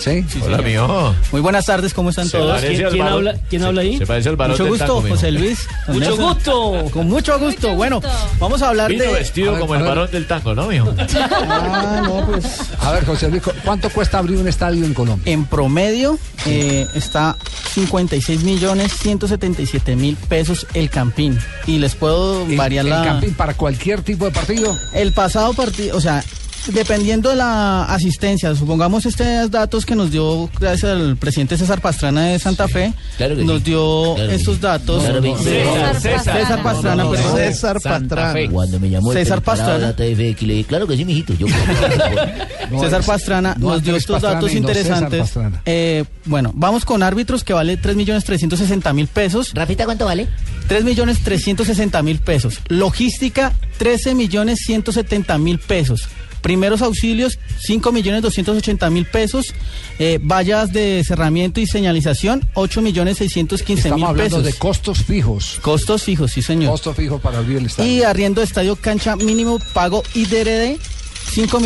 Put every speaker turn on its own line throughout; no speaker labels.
Sí.
Hola, mío.
Muy buenas tardes, ¿cómo están todos?
parece
¿Quién,
al
quién
varón-
habla, quién habla ahí?
Se parece al varón
Mucho
del
gusto,
tango, mijo.
José Luis. don
Mucho
Nelson.
gusto.
Con mucho gusto. Bueno, vamos a hablar
Vino
de.
vestido como el varón del tango, ¿no, mijo?
Ah, no, pues.
A ver, José Luis, ¿cu- ¿cuánto cuesta abrir un estadio en Colombia?
En promedio eh, está 56 millones 177 mil pesos el Campín. Y les puedo
El-
variar
el
la.
camping para cualquier tipo de partido.
El pasado partido, o sea, dependiendo de la asistencia, supongamos estos datos que nos dio gracias al presidente César Pastrana de Santa Fe,
claro que
nos
sí.
dio
Claro que
estos
sí.
datos.
Claro que sí.
César,
César Pastrana,
No, no, no,
perdón.
no.
César Pastrana.
Cuando me llamó
Pues, César
el preparado
Pastrana.
de la TFX, le dije, claro que sí, mijito. Yo
No,
César
es-
Pastrana
no
nos dio
Andrés
estos
Pastrana
datos
y no César
interesantes.
Pastrana.
Eh, bueno, vamos con árbitros que vale 3.360.000 pesos.
Rafita, ¿cuánto vale?
3.360.000 pesos. Logística, 13.170.000 pesos. Primeros auxilios, 5.280.000 pesos. Eh, vallas de cerramiento y señalización, 8.615.000
Estamos hablando
pesos.
de costos fijos.
Costos fijos, sí señor.
Costos fijos para abrir el
Y
estadio.
arriendo de estadio cancha mínimo pago IDRD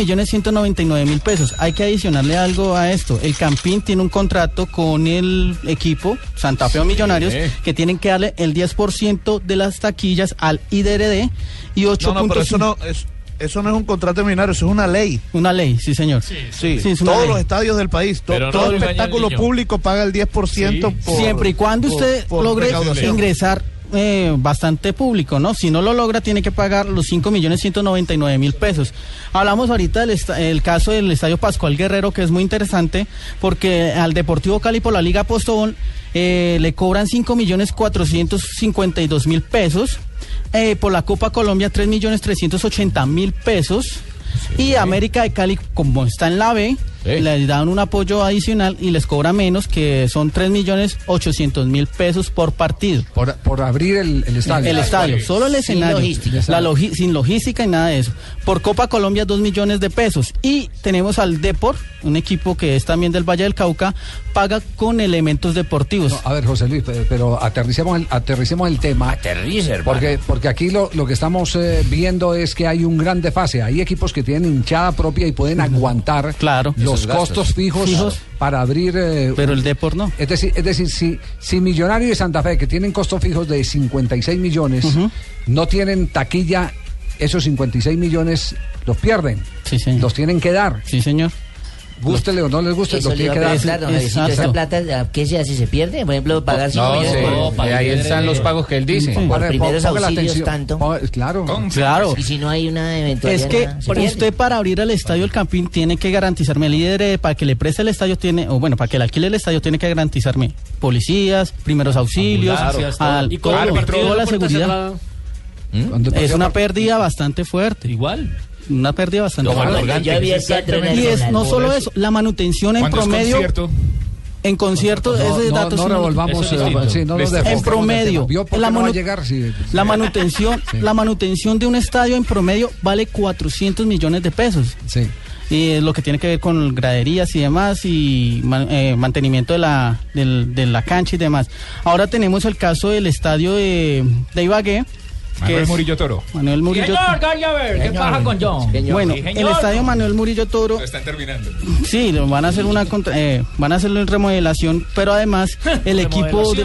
5.199.000 pesos. Hay que adicionarle algo a esto. El Campín tiene un contrato con el equipo Santa Fe o Millonarios que tienen que darle el 10% de las taquillas al IDRD y 8.5.
No, no, pero eso no, es, eso no es un contrato millonario, eso es una ley.
Una ley, sí señor. Sí,
Sí,
es una
todos
ley.
los estadios del país, to-
Pero no
todo
lo engaña el
espectáculo
niño.
público paga el 10% por-
Siempre y cuando
por-
usted
por
logre
recaudación.
ingresar eh, bastante público, ¿no? Si no lo logra, tiene que pagar los 5.199.000 millones mil pesos. Hablamos ahorita del esta- el caso del Estadio Pascual Guerrero, que es muy interesante, porque al Deportivo Cali por la Liga Postobón eh, le cobran 5.452.000 millones mil pesos. eh, por la Copa Colombia, 3.380.000 millones mil pesos. Y América de Cali, como está en la B,
Sí.
le les dan un apoyo adicional y les cobra menos, que son 3.800.000 millones mil pesos por partido.
Por, por abrir el, el estadio.
El estadio, solo el
Sin
escenario,
logística.
la logi- sin logística y nada de eso. Por Copa Colombia, 2 millones de pesos. Y tenemos al Depor, un equipo que es también del Valle del Cauca, paga con elementos deportivos.
No, a ver, José Luis, pe- pero aterricemos el, aterricemos el tema.
Aterriza, hermano.
Porque, porque aquí lo, lo que estamos eh, viendo es que hay un gran desfase. Hay equipos que tienen hinchada propia y pueden aguantar
Claro.
los
Esos gastos.
costos fijos,
Fijos.
para abrir. eh,
Pero
ah,
el Depor no.
Es decir, es decir si, si Millonario y Santa Fe, que tienen costos fijos de 56 millones, no tienen taquilla, esos 56 millones los pierden.
Sí, señor.
Los tienen que dar.
Sí, señor.
Gústele o no les guste,
Eso
los
le iba
tienen
a
que dar.
preguntar, don
Exacto.
Javiercito, ¿Esa plata qué se hace? ¿Se pierde? Por ejemplo, pagar 5
No,
millones
sí.
por-
Y ahí están los pagos que él dice.
Sí.
eh, Por
Ponga-
primeros
ponga la
auxilios
atención.
tanto.
Ponga- claro.
Claro.
Y si no hay una eventualidad.
Es que
nada, se pierde.
usted para abrir el estadio El Campín tiene que garantizarme el líder eh, para que le preste el estadio tiene o bueno para que le alquile el estadio tiene que garantizarme policías primeros auxilios
Ambulancias, todo.
al-
Y con
todo,
el partido
toda
de
la
puerta
seguridad
cerrada,
Cuando-
es una pérdida bastante fuerte
Igual.
una pérdida bastante
Como
fuerte
el
Yo había teatro en el
y es no
Nacional.
solo eso la manutención en promedio en concierto
No,
ese
no,
dato
no
sí me lo-
revolvamos.
Eso es
eh,
distinto.
sí, no nos
Listo.
defocamos del
en promedio
tema. ¿Vio por qué
la,
no va a
manu-
llegar? Sí,
la manutención
Sí.
la manutención de un estadio en promedio vale 400 millones de pesos
sí.
y es lo que tiene que ver con graderías y demás y man- eh, mantenimiento de la, del- de la cancha y demás. Ahora tenemos el caso del estadio de, de Ibagué. Manuel Murillo Toro. Manuel Murillo
¿qué pasa con John?
Bueno, el estadio Manuel Murillo Toro.
Están terminando.
Sí, lo van a hacer una contra- eh, van a hacerle remodelación, pero además el equipo de,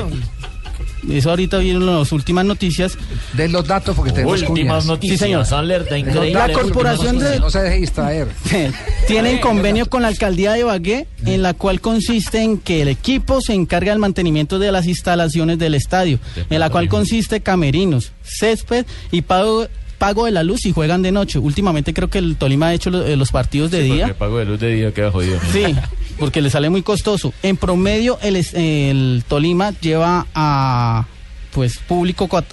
eso ahorita vieron las últimas noticias.
De los datos porque tenemos cuñas.
Sí, señor.
alerta increíble.
La corporación de,
No se deje distraer.
eh, Tienen convenio con la alcaldía de Bagué, en la cual consiste en que el equipo se encarga del mantenimiento de las instalaciones del estadio, en la cual consiste camerinos, césped y pago pago de la luz y juegan de noche. Últimamente creo que el Tolima ha hecho lo- eh, los, partidos de
Porque
día.
el pago de luz de día queda jodido. mijo.
Sí, porque le sale muy costoso. En promedio el, es- el Tolima lleva a pues público cuat-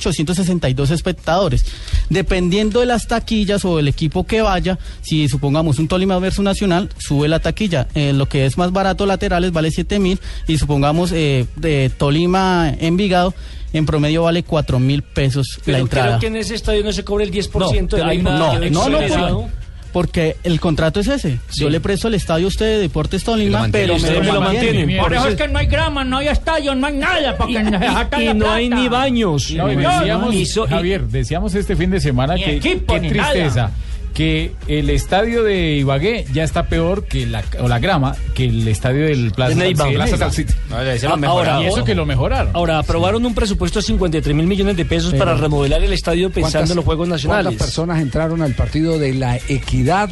4.862 espectadores. Dependiendo de las taquillas o del equipo que vaya, si supongamos un Tolima versus Nacional, sube la taquilla. Eh, lo que es más barato laterales vale 7.000 y supongamos eh, de Tolima Envigado, en promedio vale 4.000 pesos la
Pero
entrada.
creo que en ese estadio no se cobra el 10%
No,
de la
hay una-
entrada.
que
No, no,
exonerado.
porque, porque el contrato es ese. Yo le presto el estadio a usted de Deportes Tolima, pero me
ustedes
lo,
me lo
mantienen.
mantienen.
Por eso es que no hay grama, no hay estadio, no hay nada, porque se sacan
Y
la
no hay
plata.
ni baños.
No, y
No,
decíamos,
y so- y-
Javier, decíamos este fin de semana
Ni
que
equipo,
qué
ni
tristeza
nada.
que el estadio de Ibagué ya está peor que la o la grama que el estadio del Plaza
De Neiva.
Tal- Plaza Tal City.
Ah, ahora,
y eso que lo mejoraron.
Ahora, aprobaron un presupuesto de 53 mil millones de pesos para remodelar el estadio pensando en los Juegos Nacionales.
¿Cuántas personas entraron al partido de la equidad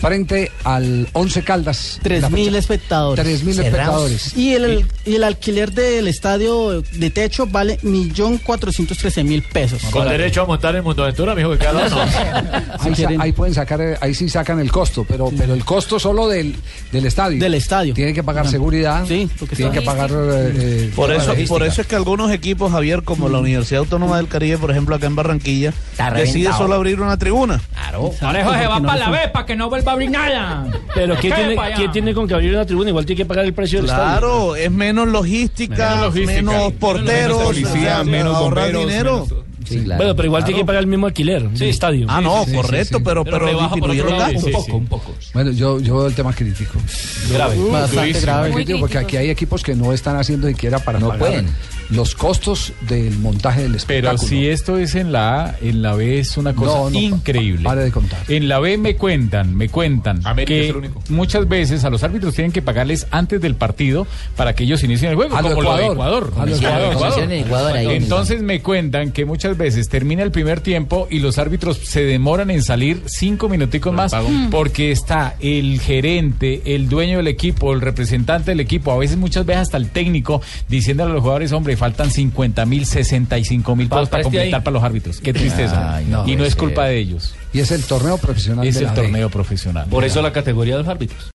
frente al Once Caldas? La
3.000
fecha.
espectadores.
3.000
Cerrados.
espectadores.
Y el, y el alquiler del estadio de techo vale 1.413.000 pesos.
Con derecho a montar en Montaventura, mijo, que cada uno.
Ahí, sa-
quieren.
ahí pueden sacar, eh, ahí sí sacan el costo, pero, pero el costo solo del, del estadio.
Del estadio.
Tienen que pagar
Ah.
seguridad.
Sí, porque
tienen que
está-
pagar. eh, eh,
Por
toda la
eso,
logística.
por eso es que algunos equipos, Javier, como la Universidad Autónoma del Caribe, por ejemplo, acá en Barranquilla,
Está
decide
reventado.
solo abrir una tribuna.
Claro.
Por eso se va
no
para la
resulta.
B, para que no vuelva a abrir nada.
Pero ¿quién
¿Qué
tiene,
pa' allá?
¿quién tiene con que abrir una tribuna? Igual tiene que pagar el precio del estadio.
Claro, es menos logística, menos,
Menos logística. Menos
porteros,
policía,
menos dinero.
Sí, claro.
Bueno, pero igual tiene que pagar el mismo alquiler del estadio.
Ah, no, correcto, pero, pero, disminuye los gastos.
sí,
un poco,
sí.
un poco.
Bueno, yo, yo veo el tema crítico.
Grave.
Bastante grave.
Porque, digo, porque aquí hay equipos que no están haciendo siquiera para
No
pagar
pueden.
los costos del montaje del espectáculo.
Pero si esto es en la A, en la B es una cosa
No, no,
increíble.
pa- pare de contar.
En la B me cuentan, me cuentan
América
que
es el único.
muchas veces a los árbitros tienen que pagarles antes del partido para que ellos inicien el juego,
A lo
como lo de
Ecuador.
Ecuador.
A lo
Como
Ecuador.
lo de
Como hicieron en Ecuador ahí mismo.
Entonces me cuentan que muchas veces termina el primer tiempo y los árbitros se demoran en salir cinco minuticos más porque está el gerente, el dueño del equipo, el representante del equipo, a veces muchas veces hasta el técnico diciéndole a los jugadores, hombre, faltan 50 mil, 65 mil pesos para
preste ahí.
completar para los árbitros. Qué tristeza.
Ay, no
y no
puede
es culpa
ser.
de ellos.
Y es el torneo profesional.
Es
de la
el
B.
torneo profesional.
Por eso la categoría de los árbitros.